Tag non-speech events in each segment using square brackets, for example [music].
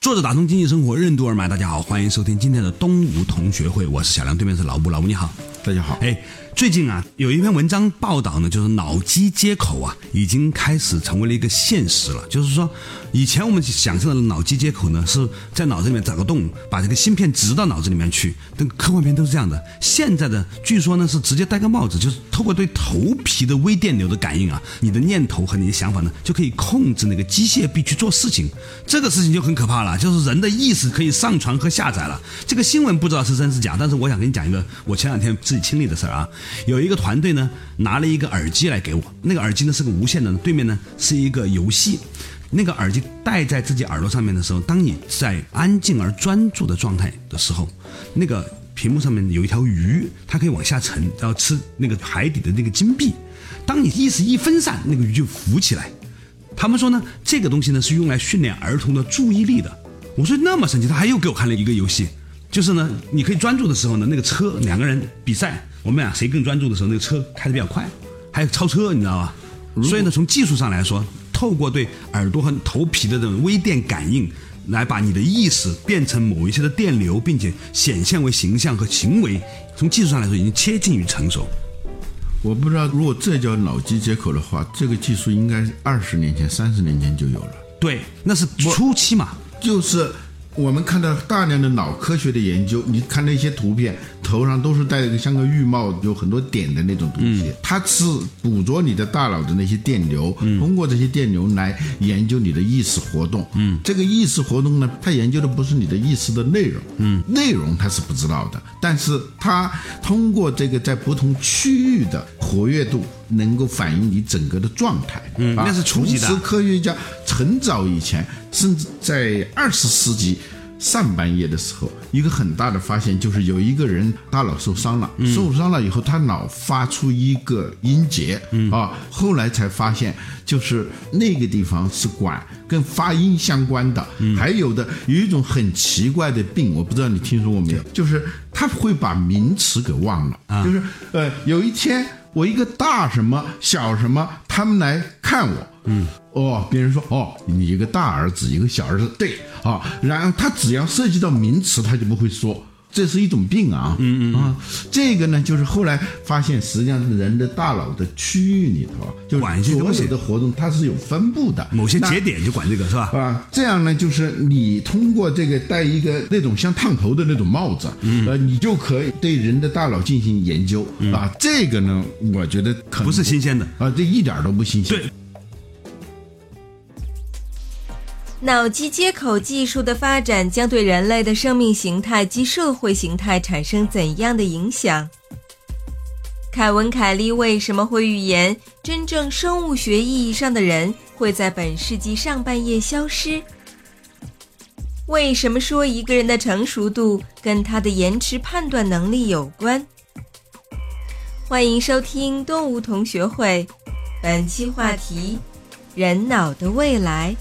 作者打通经济生活任督二脉，大家好，欢迎收听今天的东吴同学会，我是小梁，对面是老吴，老吴你好。大家好，哎，最近啊，有一篇文章报道呢，就是脑机接口啊，已经开始成为了一个现实了。就是说，以前我们想象的脑机接口呢，是在脑子里面找个洞，把这个芯片植到脑子里面去。但科幻片都是这样的。现在的据说呢，是直接戴个帽子，就是透过对头皮的微电流的感应啊，你的念头和你的想法呢，就可以控制那个机械臂去做事情。这个事情就很可怕了，就是人的意识可以上传和下载了。这个新闻不知道是真是假，但是我想跟你讲一个我前两天自己亲历的事儿啊。有一个团队呢拿了一个耳机来给我，那个耳机呢是个无线的，对面呢是一个游戏。那个耳机戴在自己耳朵上面的时候，当你在安静而专注的状态的时候，那个屏幕上面有一条鱼，它可以往下沉，然后吃那个海底的那个金币。当你意识一分散，那个鱼就浮起来。他们说呢，这个东西呢是用来训练儿童的注意力的。我说那么神奇，他还又给我看了一个游戏，就是呢，你可以专注的时候呢，那个车两个人比赛，我们俩谁更专注的时候，那个车开的比较快，还有超车，你知道吧？所以呢，从技术上来说，透过对耳朵和头皮的这种微电感应，来把你的意识变成某一些的电流，并且显现为形象和行为，从技术上来说已经接近于成熟。我不知道如果这叫脑机接口的话，这个技术应该二十年前、三十年前就有了。对，那是初期嘛。就是我们看到大量的脑科学的研究，你看那些图片，头上都是戴了一个像个浴帽，有很多点的那种东嗯西，它是捕捉你的大脑的那些电流，嗯通过这些电流来研究你的意识活动。嗯，这个意识活动呢，它研究的不是你的意识的内容，嗯，内容它是不知道的，但是它通过这个在不同区域的活跃度。能够反映你整个的状态，嗯那是初级的科学家很早以前，甚至在二十世纪上半叶的时候，一个很大的发现就是有一个人大脑受伤了，受伤了以后，他脑发出一个音节，啊，后来才发现就是那个地方是管跟发音相关的，还有的有一种很奇怪的病，我不知道你听说过没有，就是他会把名词给忘了，就是呃，有一天。我一个大什么小什么，他们来看我，嗯，哦，别人说哦，你一个大儿子，一个小儿子，对啊、然后他只要涉及到名词，他就不会说。这是一种病啊，嗯嗯啊，这个呢，就是后来发现，实际上是人的大脑的区域里头啊，就管是一些所东西有的活动它是有分布的，某些那节点就管这个是吧？啊，这样呢，就是你通过这个戴一个那种像烫头的那种帽子，嗯呃，你就可以对人的大脑进行研究、啊。这个呢，我觉得可能不是新鲜的。啊，这一点儿都不新鲜。对，脑机接口技术的发展将对人类的生命形态及社会形态产生怎样的影响？凯文·凯利为什么会预言真正生物学意义上的人会在本世纪上半叶消失？为什么说一个人的成熟度跟他的延迟判断能力有关？欢迎收听东吴同学会，本期话题：人脑的未来。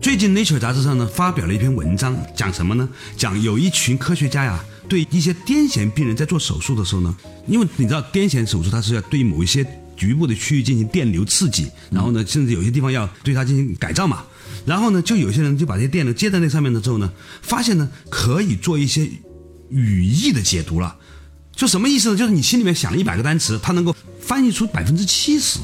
最近《Nature》杂志上呢发表了一篇文章，讲什么呢？讲有一群科学家呀，对一些癫痫病人在做手术的时候呢，因为你知道癫痫手术它是要对某一些局部的区域进行电流刺激，然后呢，甚至有些地方要对它进行改造嘛。然后呢，就有些人就把这些电流接在那上面了之后呢，发现呢可以做一些语义的解读了。就什么意思呢？就是你心里面想一百个单词，它能够翻译出百分之七十。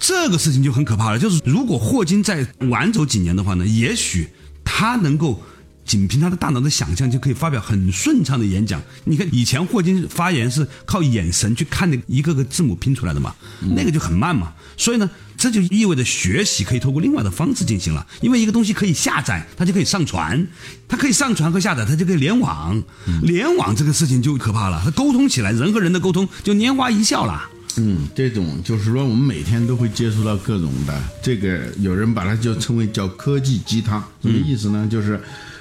这个事情就很可怕了。就是如果霍金再晚走几年的话呢，也许他能够仅凭他的大脑的想象就可以发表很顺畅的演讲。你看以前霍金发言是靠眼神去看那一个个字母拼出来的嘛，那个就很慢嘛。所以呢，这就意味着学习可以透过另外的方式进行了，因为一个东西可以下载，它就可以上传，它可以上传和下载，它就可以联网。联网这个事情就可怕了，它沟通起来，人和人的沟通就拈花一笑了。嗯，这种就是说，我们每天都会接触到各种的，这个有人把它就称为叫科技鸡汤，什么意思呢？就是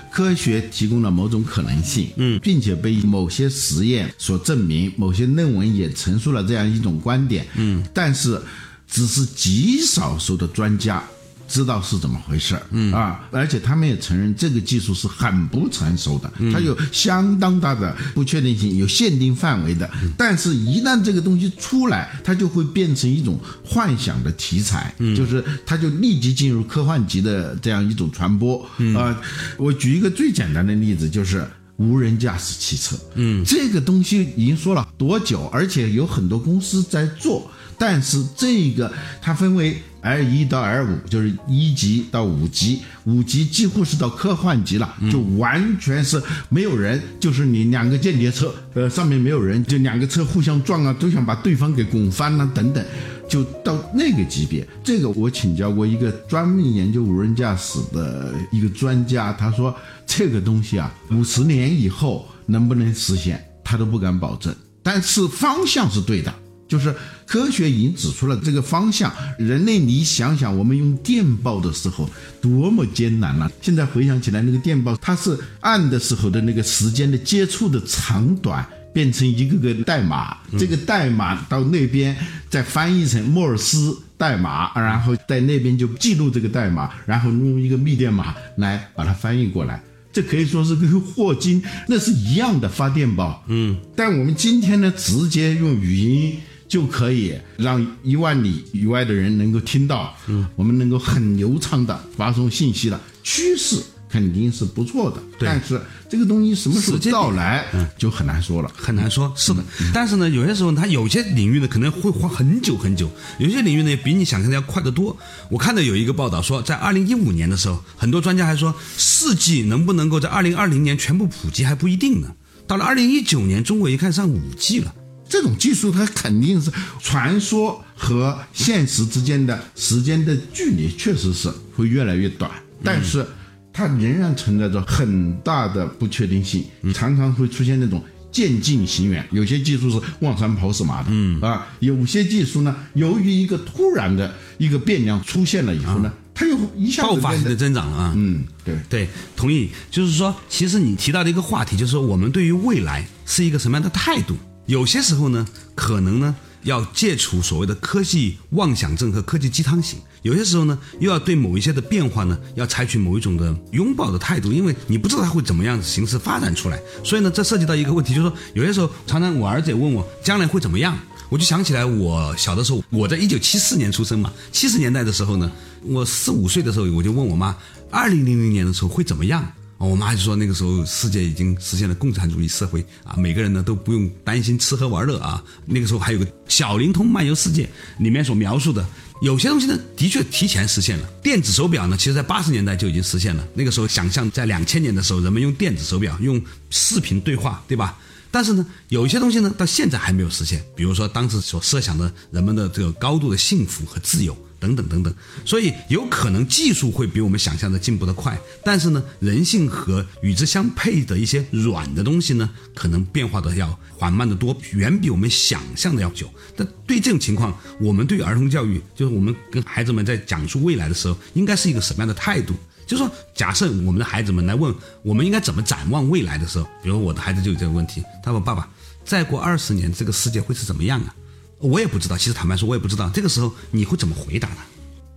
科学提供了某种可能性，嗯，并且被某些实验所证明，某些论文也陈述了这样一种观点，嗯，但是只是极少数的专家。知道是怎么回事儿，嗯啊，而且他们也承认这个技术是很不成熟的，它有相当大的不确定性，有限定范围的。但是，一旦这个东西出来，它就会变成一种幻想的题材，就是它就立即进入科幻级的这样一种传播。啊，我举一个最简单的例子，就是。无人驾驶汽车，嗯，这个东西已经说了多久，而且有很多公司在做，但是这个它分为 L 一到 L 五，就是一级到五级，五级几乎是到科幻级了，就完全是呃没有人，就是你两个间谍车，呃，上面没有人，就两个车互相撞啊，都想把对方给拱翻了、等等。就到那个级别，这个我请教过一个专门研究无人驾驶的一个专家，他说这个东西啊，五十年以后能不能实现，他都不敢保证，但是方向是对的，就是科学已经指出了这个方向。人类，你想想，我们用电报的时候多么艰难啊！现在回想起来，那个电报它是按的时候的那个时间的接触的长短。变成一个个代码，这个代码到那边再翻译成莫尔斯代码，然后在那边就记录这个代码，然后用一个密电码来把它翻译过来。这可以说是跟霍金那是一样的发电报，嗯，但我们今天呢，直接用语音就可以让一万里以外的人能够听到，嗯，我们能够很流畅的发送信息了，趋势肯定是不错的，但是这个东西什么时候嗯时间到来就很难说了。很难说，是嗯的。但是呢，有些时候它有些领域呢可能会花很久很久，有些领域呢比你想象的要快得多。我看到有一个报道说，在二零一五年的时候，很多专家还说四 G 能不能够在二零二零年全部普及还不一定呢。到了二零一九年，中国一看上五 G 了，这种技术它肯定是传说和现实之间的时间的距离，确实是会越来越短，嗯但是它仍然存在着很大的不确定性，嗯常常会出现那种。渐进行远，有些技术是望山跑死马的，嗯啊，有些技术呢，由于一个突然的一个变量出现了以后呢，它又一下啊爆子发性变的得，增长了啊。嗯，对，对，同意。就是说，其实你提到的一个话题，就是说我们对于未来是一个什么样的态度？有些时候呢，可能呢要戒除所谓的科技妄想症和科技鸡汤型；有些时候呢，又要对某一些的变化呢，要采取某一种的拥抱的态度，因为你不知道它会怎么样形式发展出来。所以呢，这涉及到一个问题，就是说，有些时候常常我儿子也问我将来会怎么样。我就想起来，我小的时候，我在一九七四年出生嘛，七十年代的时候呢，我四五岁的时候，我就问我妈，二零零零年的时候会怎么样？哦我妈就说那个时候世界已经实现了共产主义社会啊，每个人呢都不用担心吃喝玩乐啊。那个时候还有个《小灵通漫游世界》里面所描述的，有些东西呢的确提前实现了。电子手表呢，其实在八十年代就已经实现了。那个时候想象在两千年的时候，人们用电子手表用视频对话，对吧？但是呢，有一些东西呢，到现在还没有实现，比如说当时所设想的人们的这个高度的幸福和自由等等等等。所以有可能技术会比我们想象的进步的快，但是呢，人性和与之相配的一些软的东西呢，可能变化的要缓慢的多，远比我们想象的要久。但对这种情况，我们对儿童教育，就是我们跟孩子们在讲述未来的时候，应该是一个什么样的态度？就是说，假设我们的孩子们来问我们应该怎么展望未来的时候，比如我的孩子就有这个问题，他问爸爸，再过二十年这个世界会是怎么样啊？我也不知道，其实坦白说，我也不知道。这个时候你会怎么回答他？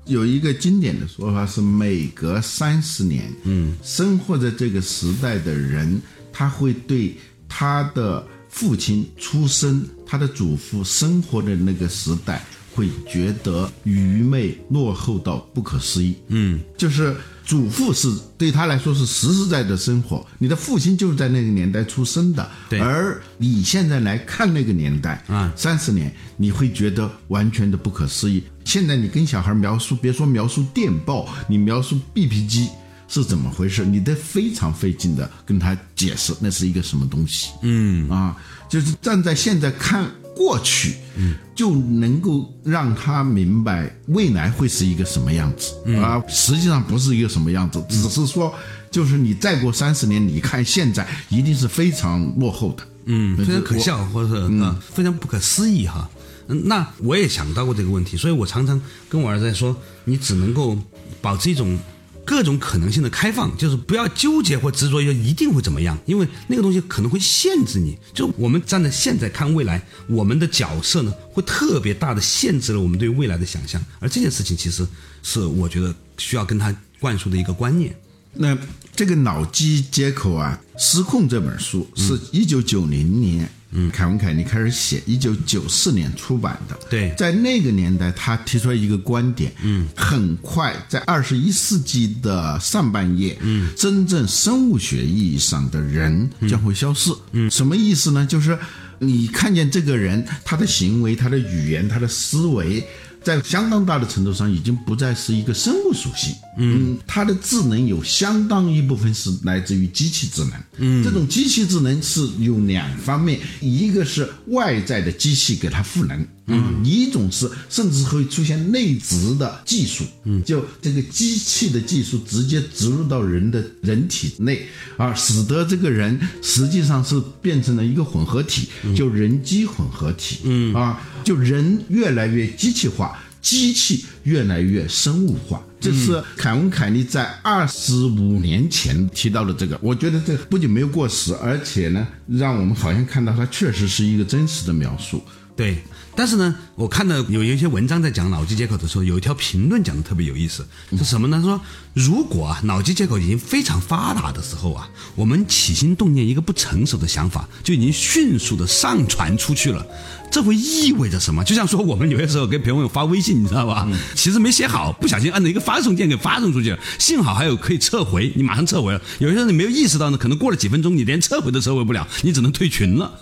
有一个经典的说法是，每隔三十年，嗯，生活在这个时代的人，他会对他的父亲出生、他的祖父生活的那个时代，会觉得愚昧、落后到不可思议。嗯，就是祖父是对他来说是实实在在的生活，你的父亲就是在那个年代出生的，对而你现在来看那个年代啊三十年，你会觉得完全的不可思议。现在你跟小孩描述，别说描述电报，你描述 BP 机是怎么回事，你得非常费劲的跟他解释那是一个什么东西。嗯啊，就是站在现在看过去，嗯，就能够让他明白未来会是一个什么样子、啊。实际上不是一个什么样子，只是说，就是你再过三十年，你看现在一定是非常落后的。嗯啊非常可笑，或者是嗯、非常不可思议哈。嗯那我也想到过这个问题，所以我常常跟我儿子在说，你只能够保持一种各种可能性的开放，就是不要纠结或执着于一定会怎么样，因为那个东西可能会限制你。就我们站在现在看未来，我们的角色呢会特别大的限制了我们对未来的想象，而这件事情其实是我觉得需要跟他灌输的一个观念。那这个脑机接口啊，《失控》这本书是一九九零年，嗯，凯文·凯利开始写，一九九四年出版的。对在那个年代，他提出了一个观点，嗯，很快在二十一世纪的上半叶，嗯，真正生物学意义上的人将会消失。嗯，什么意思呢？就是你看见这个人，他的行为、他的语言、他的思维。在相当大的程度上，已经不再是一个生物属性。嗯，它的智能有相当一部分是来自于机器智能。嗯，这种机器智能是有两方面，一个是外在的机器给它赋能，嗯，一种是甚至会出现内植的技术，嗯，就这个机器的技术直接植入到人的人体内，啊，使得这个人实际上是变成了一个混合体，就人机混合体。嗯，啊，就人越来越机器化。机器越来越生物化，这是凯文·凯利在二十五年前提到的这个。我觉得这不仅没有过时，而且呢，让我们好像看到它确实是一个真实的描述。对，但是呢，我看到有一些文章在讲脑机接口的时候，有一条评论讲的特别有意思，是什么呢？说如果啊脑机接口已经非常发达的时候啊，我们起心动念一个不成熟的想法，就已经迅速的上传出去了，这会意味着什么？就像说我们有些时候给朋友发微信，你知道吧？其实没写好，不小心按了一个发送键给发送出去了，幸好还有可以撤回，你马上撤回了。有些时候你没有意识到呢，可能过了几分钟，你连撤回都撤回不了，你只能退群了。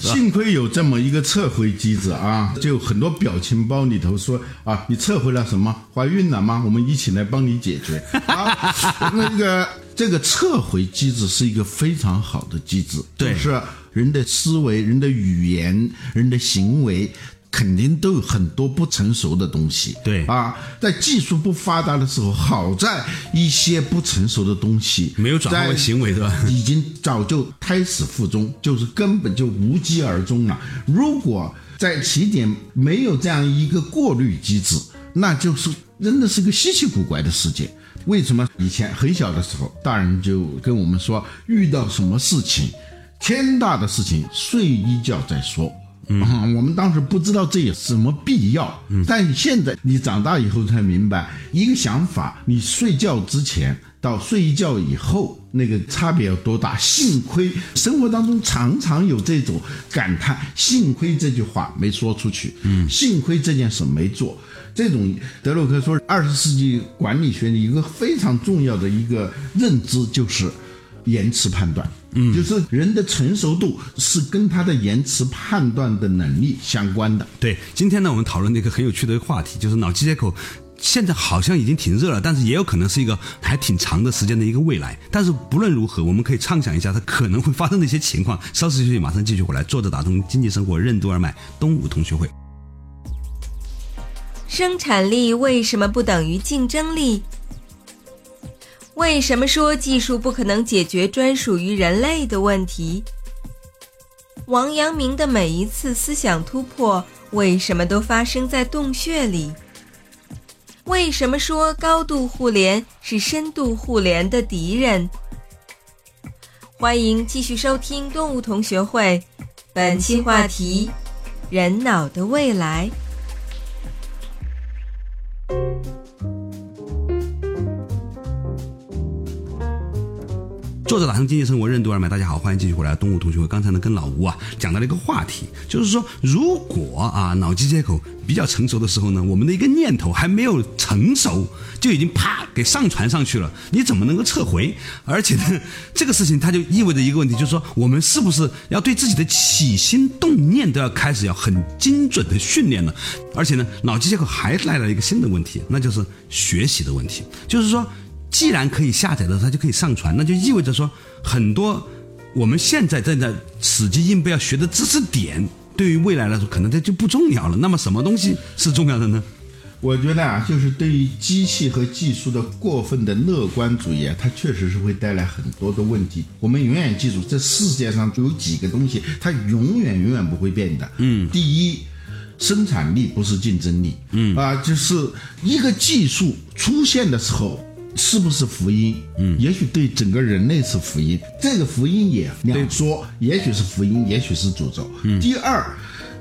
幸亏有这么一个撤回机制啊，就很多表情包里头说啊，你撤回了什么？怀孕了吗？我们一起来帮你解决。啊， [laughs] 那个这个撤回机制是一个非常好的机制，对就是人的思维、人的语言、人的行为。肯定都有很多不成熟的东西，对啊，在技术不发达的时候，好在一些不成熟的东西没有转化为在行为是吧已经早就胎死腹中，就是根本就无疾而终了。如果在起点没有这样一个过滤机制，那就是真的是个稀奇古怪的世界。为什么以前很小的时候，大人就跟我们说，遇到什么事情，天大的事情，睡一觉再说。嗯，我们当时不知道这有什么必要，但现在你长大以后才明白，一个想法，你睡觉之前到睡一觉以后那个差别有多大。幸亏生活当中常常有这种感叹，幸亏这句话没说出去，嗯，幸亏这件事没做。这种德鲁克说，二十世纪管理学的一个非常重要的一个认知就是延迟判断。嗯，就是人的成熟度是跟他的延迟判断的能力相关的。对，今天呢，我们讨论了一个很有趣的一个话题，就是脑机接口。现在好像已经挺热了，但是也有可能是一个还挺长的时间的一个未来。但是不论如何，我们可以畅想一下它可能会发生的一些情况。稍事休息，马上继续回来。坐着打通经济生活任督二脉，东吴同学会。生产力为什么不等于竞争力？为什么说技术不可能解决专属于人类的问题？王阳明的每一次思想突破，为什么都发生在洞穴里？为什么说高度互联是深度互联的敌人？欢迎继续收听动物同学会，本期话题：人脑的未来。作者打上经济生活任督二脉，大家好，欢迎继续回来。东吴同学会刚才呢跟老吴啊讲到了一个话题，就是说如果啊脑机接口比较成熟的时候呢，我们的一个念头还没有成熟，就已经啪给上传上去了，你怎么能够撤回？而且呢，这个事情它就意味着一个问题，就是说我们是不是要对自己的起心动念都要开始要很精准的训练呢？而且呢，脑机接口还带来一个新的问题，那就是学习的问题，就是说。既然可以下载的，它就可以上传，那就意味着说，很多我们现在正在死记硬背要学的知识点，对于未来来说，可能它就不重要了。那么什么东西是重要的呢？我觉得啊，就是对于机器和技术的过分的乐观主义啊，它确实是会带来很多的问题。我们永远记住，这世界上有几个东西，它永远永远不会变的。嗯，第一，生产力不是竞争力。嗯啊、就是一个技术出现的时候。是不是福音？嗯，也许对整个人类是福音。这个福音也两说，也许是福音，也许是诅咒。嗯，第二，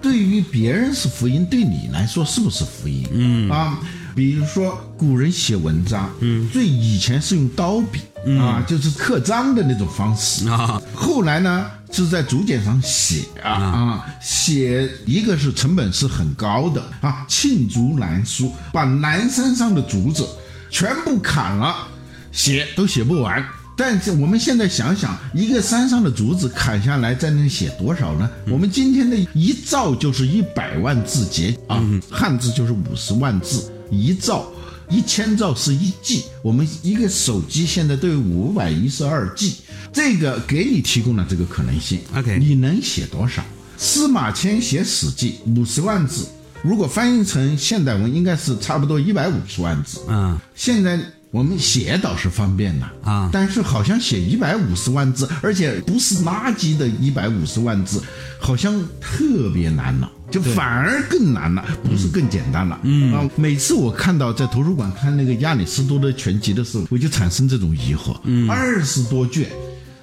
对于别人是福音，对你来说是不是福音？嗯啊，比如说古人写文章，嗯，最以前是用刀笔、啊，就是刻章的那种方式啊。后来呢，是在竹简上写啊啊，写一个是成本是很高的啊，罄竹难书，把南山上的竹子全部砍了，写都写不完。但是我们现在想想，一个山上的竹子砍下来，在那里写多少呢？嗯我们今天的一兆就是一百万字节啊，嗯汉字就是五十万字，一兆。一千兆是一 G，我们一个手机现在都有五百一十二 G，这个给你提供了这个可能性。 OK 你能写多少？司马迁写《史记》五十万字，如果翻译成现代文，应该是差不多一百五十万字。嗯，现在我们写倒是方便了啊但是好像写一百五十万字，而且不是垃圾的一百五十万字，好像特别难了。就反而更难了，不是更简单了。嗯啊，每次我看到在图书馆看那个亚里士多德全集的时候，我就产生这种疑惑。嗯，二十多卷，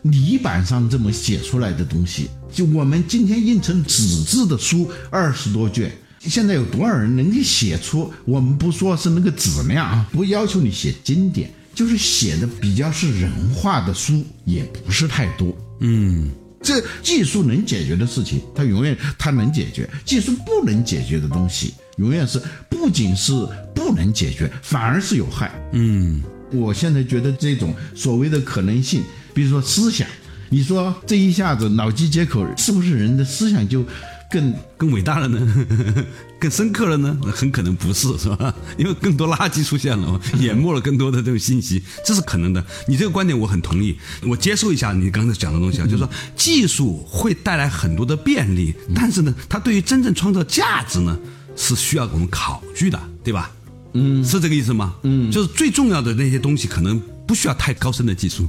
泥板上这么写出来的东西，就我们今天印成纸质的书二十多卷，现在有多少人能够写出？我们不说是那个质量啊，不要求你写经典，就是写的比较是人话的书，也不是太多。嗯这技术能解决的事情，它永远它能解决；技术不能解决的东西，永远是不仅是不能解决，反而是有害。嗯，我现在觉得这种所谓的可能性，比如说思想，你说这一下子脑机接口，是不是人的思想就更更伟大了呢， [laughs] 更深刻了呢？很可能不是，是吧？因为更多垃圾出现了，淹没了更多的这种信息，这是可能的。你这个观点我很同意，我接受一下你刚才讲的东西啊，就是说技术会带来很多的便利，但是呢，它对于真正创造价值呢，是需要我们考据的，对吧？嗯，是这个意思吗？嗯，就是最重要的那些东西，可能不需要太高深的技术。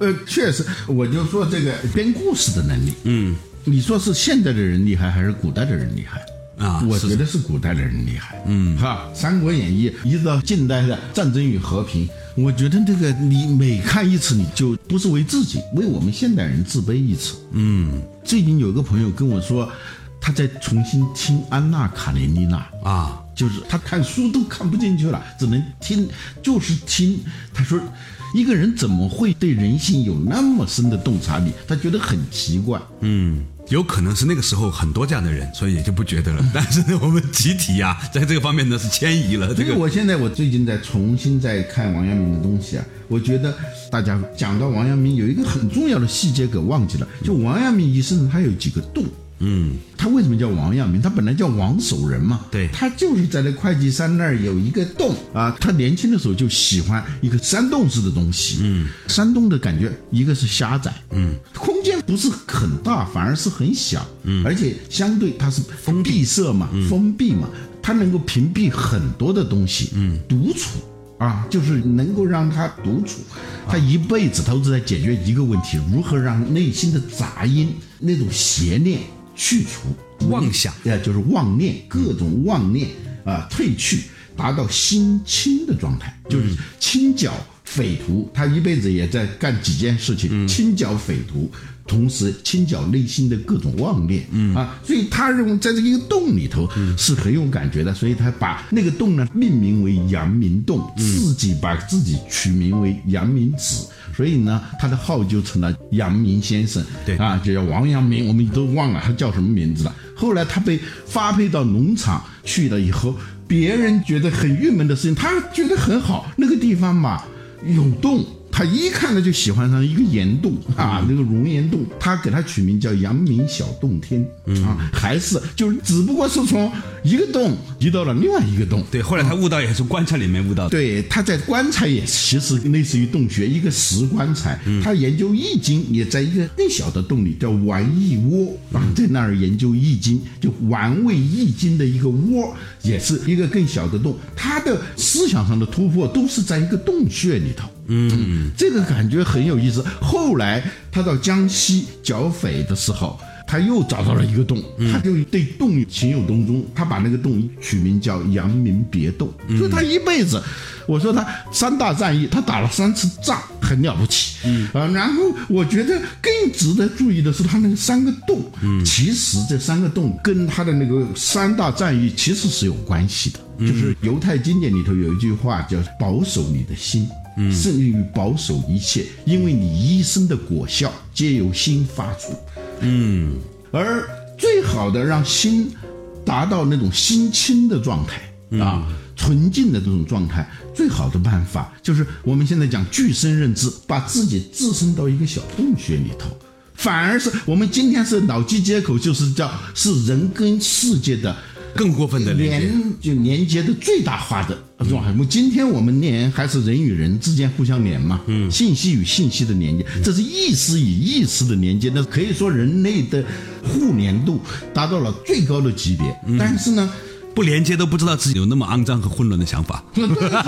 呃，确实，我就说这个编故事的能力，嗯，你说是现在的人厉害还是古代的人厉害？啊我是觉得是古代的人厉害，嗯，哈，《三国演义》一直到近代的《战争与和平》，我觉得这个你每看一次，你就不是为自己，为我们现代人自卑一次。嗯，最近有个朋友跟我说，他在重新听《安娜·卡列尼娜》啊，就是他看书都看不进去了，只能听，就是听。他说，一个人怎么会对人性有那么深的洞察力？他觉得很奇怪。嗯，有可能是那个时候很多这样的人，所以也就不觉得了。但是呢，我们集体呀、在这个方面呢是迁移了。这所以个我现在我最近在重新在看王阳明的东西啊，我觉得大家讲到王阳明有一个很重要的细节给忘记了，就王阳明一生他有几个洞。嗯，他为什么叫王阳明？他本来叫王守仁嘛。对他就是在那会稽山那儿有一个洞啊。他年轻的时候就喜欢一个山洞式的东西。嗯，山洞的感觉，一个是狭窄，嗯，空间不是很大，反而是很小，嗯，而且相对它是封闭色嘛，封闭嘛，它能够屏蔽很多的东西，嗯，独处。啊，就是能够让他独处，他一辈子都是在解决一个问题：如何让内心的杂音、那种邪念去除，妄想呃，就是妄念，各种妄念啊、退去，达到心清的状态，就是清剿匪徒。他一辈子也在干几件事情：清剿匪徒，同时清剿内心的各种妄念。嗯啊，所以他认为在这一个洞里头是很有感觉的，所以他把那个洞呢命名为阳明洞，自己把自己取名为阳明子。所以呢，他的号就成了阳明先生，对啊，就叫王阳明，我们都忘了他叫什么名字了。后来他被发配到农场去了以后，别人觉得很郁闷的事情，他觉得很好，那个地方嘛有洞。他一看他就喜欢上一个岩洞 [laughs] 啊，那个熔岩洞，他给他取名叫阳明小洞天啊，还是就是只不过是从一个洞移到了另外一个洞。对，后来他悟道也是从棺材里面悟道的。对，他在棺材也其实类似于洞穴，一个石棺材。他研究易经，也在一个更小的洞里叫玩易窝啊，在那儿研究易经，就玩味易经的一个窝，也是一个更小的洞。他的思想上的突破都是在一个洞穴里头。嗯，这个感觉很有意思。后来他到江西剿匪的时候。他又找到了一个洞，他就对洞情有独钟，他把那个洞取名叫阳明别洞。所以他一辈子，我说他三大战役，他打了三次仗，很了不起。嗯啊，然后我觉得更值得注意的是他那个三个洞，嗯，其实这三个洞跟他的那个三大战役其实是有关系的。就是犹太经典里头有一句话叫“保守你的心”。胜利于保守一切，因为你一生的果效皆由心发出。嗯，而最好的让心达到那种心清的状态、啊，纯净的这种状态，最好的办法就是我们现在讲具身认知，把自己置身到一个小洞穴里头。反而是我们今天是脑机接口，就是叫是人跟世界的更过分的连接。嗯连就连接的最大化的状态。我们今天我们连还是人与人之间互相连嘛，嗯，信息与信息的连接，这是意识与意识的连接，那可以说人类的互联度达到了最高的级别。嗯但是呢，不连接都不知道自己有那么肮脏和混乱的想法。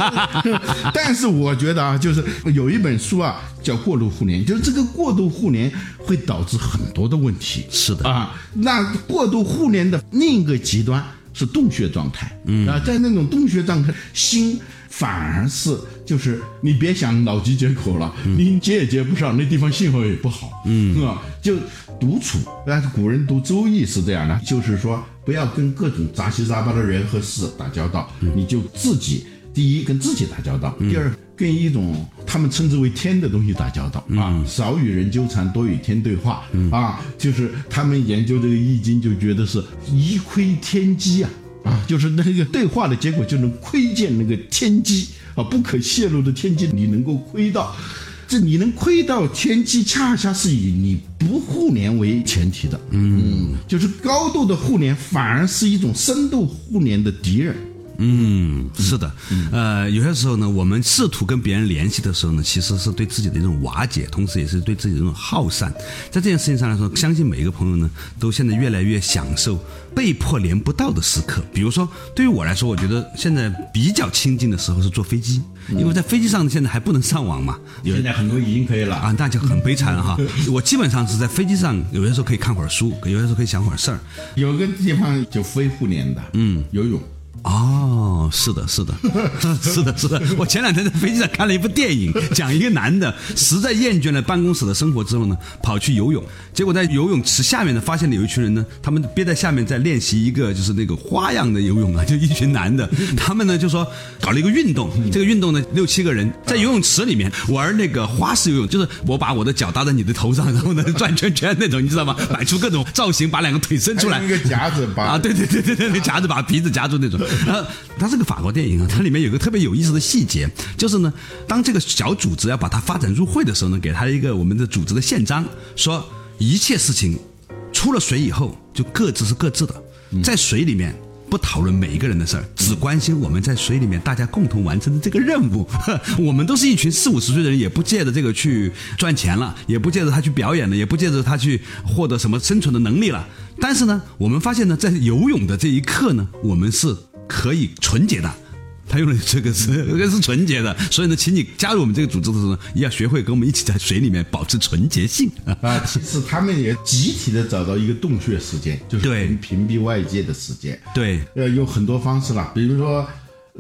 [laughs] 但是我觉得啊，就是有一本书啊，叫《过度互联》，就是这个过度互联会导致很多的问题。是的，啊，那过度互联的另一个极端是洞穴状态，嗯啊，在那种洞穴状态，心反而是就是你别想脑机接口了，你接也接不上，那地方信号也不好，嗯啊，就独处。但是古人读《周易》是这样的，就是说不要跟各种杂七杂八的人和事打交道，你就自己第一跟自己打交道，嗯第二。跟一种他们称之为天的东西打交嗯道、啊，少与人纠缠，多与天对话、啊，就是他们研究这个易经就觉得是一窥天机啊啊，就是那个对话的结果就能窥见那个天机啊，不可泄露的天机你能够窥到，这你能窥到天机，恰恰是以你不互联为前提的，嗯，就是高度的互联反而是一种深度互联的敌人。嗯，是的，呃，有些时候呢，我们试图跟别人联系的时候呢，其实是对自己的一种瓦解，同时也是对自己的一种耗散。在这件事情上来说，相信每一个朋友呢，都现在越来越享受被迫连不到的时刻。比如说，对于我来说，我觉得现在比较亲近的时候是坐飞机，因为在飞机上现在还不能上网嘛，有现在很多已经可以了。啊，那就很悲惨哈。我基本上是在飞机上，有些时候可以看会儿书，有些时候可以想会儿事儿。有个地方就非互联的，嗯，游泳。哦，是的，是的， [laughs] 是的，是的。我前两天在飞机上看了一部电影，讲一个男的实在厌倦了办公室的生活之后呢，跑去游泳，结果在游泳池下面呢，发现了有一群人呢，他们憋在下面在练习一个就是那个花样的游泳啊，就 [laughs] 一群男的，他们呢就说搞了一个运动，这个运动呢六七个人在游泳池里面玩那个花式游泳，就是我把我的脚搭在你的头上，然后呢转圈圈那种，你知道吗？摆出各种造型，把两个腿伸出来，还有一个夹子把啊，对对对对对，夹着把鼻子夹住那种。然后它是个法国电影啊，它里面有个特别有意思的细节，就是呢，当这个小组织要把它发展入会的时候呢，给它一个我们的组织的宪章，说一切事情出了水以后就各自是各自的，在水里面。不讨论每一个人的事儿，只关心我们在水里面大家共同完成的这个任务。 [laughs] 我们都是一群四五十岁的人，也不借着这个去赚钱了，也不借着他去表演了，也不借着他去获得什么生存的能力了。但是呢，我们发现呢，在游泳的这一刻呢，我们是可以纯洁的。他用了这个词，这个是纯洁的，所以呢，请你加入我们这个组织的时候呢，也要学会跟我们一起在水里面保持纯洁性。 [laughs] 啊，其实他们也集体的找到一个洞穴时间，就是对屏屏蔽外界的时间。对，呃，有很多方式啦，比如说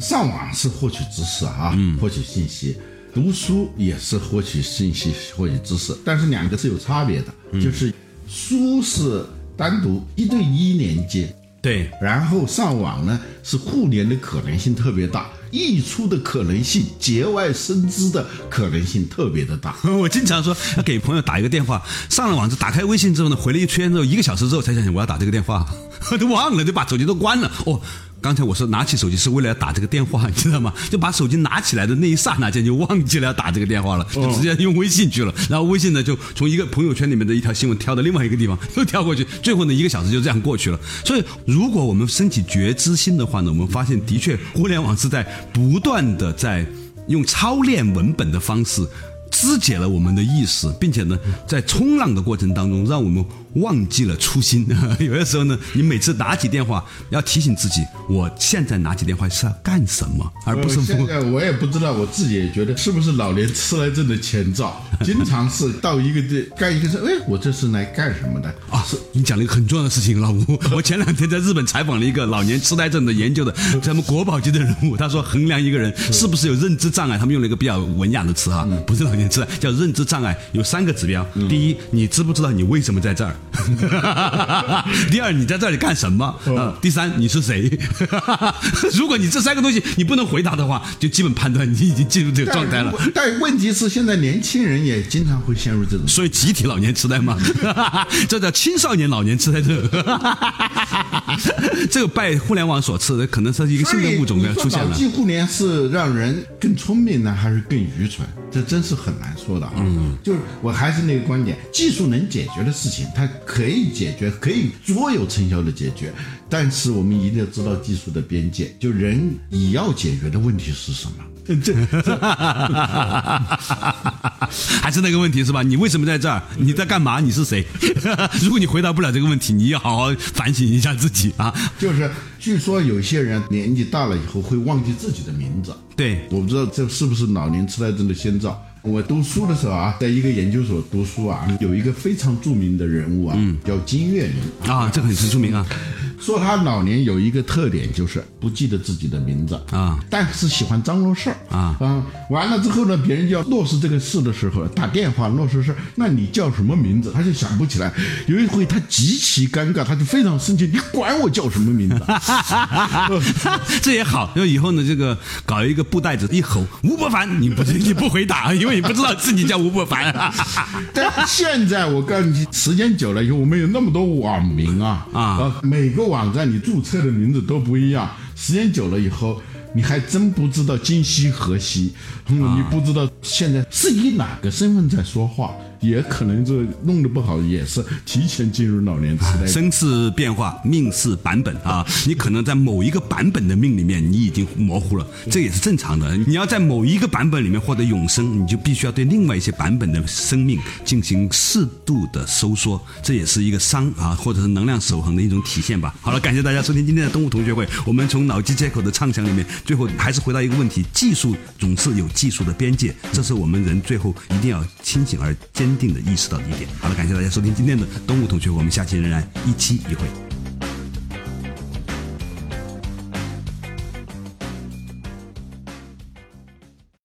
上网是获取知识啊，嗯获取信息；读书也是获取信息、获取知识，但是两个是有差别的，嗯就是书是单独一对一连接，对，然后上网呢是互联的可能性特别大，溢出的可能性、节外生枝的可能性特别的大。 [laughs] 我经常说要给朋友打一个电话，上了网就打开微 [laughs] 信之后呢，回了一圈之后，一个小时之后才想起我要打这个电话，我都忘了，就把手机都关了。哦，刚才我说拿起手机是为了打这个电话，你 [laughs] 知道吗？就把手机拿起来的那一刹那间就忘记了要打这个电话了，就直接用微信去了。然后微信呢，就从一个朋友圈里面的一条新闻跳到另外一个地方， [laughs] 又跳过去，最后呢一个小时就这样过去了。所以，如果我们升起觉知心的话呢，我们发现的确互联网是在不断的在用操练文本的方式。肢解了我们的意识，并且呢，在冲浪的过程当中，让我们忘记了初心。 [laughs] 有些时候呢，你每次打起电话，要提醒自己，我现在拿起电话是要干什么，而不是我不呃现在我也不知道，我自己也觉得是不是老年痴呆症的前兆，经常是到一个地干一个事，哎，我这是来干什么的？啊。你讲了一个很重要的事情，老吴，我前两天在日本采访了一个老年痴呆症的研究的咱们国宝级的人物，他说衡量一个人是不是有认知障碍，他们用了一个比较文雅的词哈，不是老年痴呆，叫认知障碍，有三个指标。第一，你知不知道你为什么在这儿？第二，你在这里干什么？啊、第三，你是谁？ [laughs] 如果你这三个东西你不能回答的话，就基本判断你已经进入这个状态了。但但问题是，现在年轻人也经常会陷入这种。所以集体老年痴呆嘛， [laughs] 这叫青少年老年痴呆症。 [laughs] 这个拜互联网所赐的，可能是一个新的物种要出现所以你说了 [laughs] 脑。际互联是让人更聪明呢，还是更愚蠢？这真是很难说的啊。嗯，就是我还是那个观点，技术能解决的事情，它可以解决，可以卓有成效的解决，但是我们一定要知道技术的边界，就人你要解决的问题是什么。还是那个问题是吧？你为什么在这儿？你在干嘛？你是谁？ [laughs] 如果你回答不了这个问题，你要好好反省一下自己啊。就是据说有些人年纪大了以后会忘记自己的名字，对，我不知道这是不是老年痴呆症的先兆。我读书的时候啊，在一个研究所读书啊，有一个非常著名的人物啊，嗯叫金岳霖，啊，这个很出名啊。 [laughs] 说他老年有一个特点就是不记得自己的名字啊，但是喜欢张罗事儿啊完了之后呢，别人就要落实这个事的时候，打电话落实事儿，那你叫什么名字？他就想不起来。有一回他极其尴尬，他就非常生气，你管我叫什么名字？ [laughs] 这也好，因为以后呢，这个搞一个布袋子，一吼吴伯凡，你不 [laughs] 你不回答，因为你不知道自己叫吴伯凡。 [laughs] 但现在我告诉你，时间久了以后，我们有那么多网名啊啊呃每个网站你注册的名字都不一样，时间久了以后。你还真不知道今夕何夕，嗯你不知道现在是以哪个身份在说话，也可能这弄得不好也是提前进入老年痴呆。生次变化，命是版本啊！你可能在某一个版本的命里面，你已经模糊了，这也是正常的。你要在某一个版本里面获得永生，你就必须要对另外一些版本的生命进行适度的收缩，这也是一个商啊，或者是能量守恒的一种体现吧。好了，感谢大家收听今天的动物同学会。我们从脑机接口的畅想里面，最后还是回到一个问题：技术总是有技术的边界，这是我们人最后一定要清醒而坚定的意识到的一点。好了，感谢大家收听今天的动物同学会，我们下期仍然一期一会。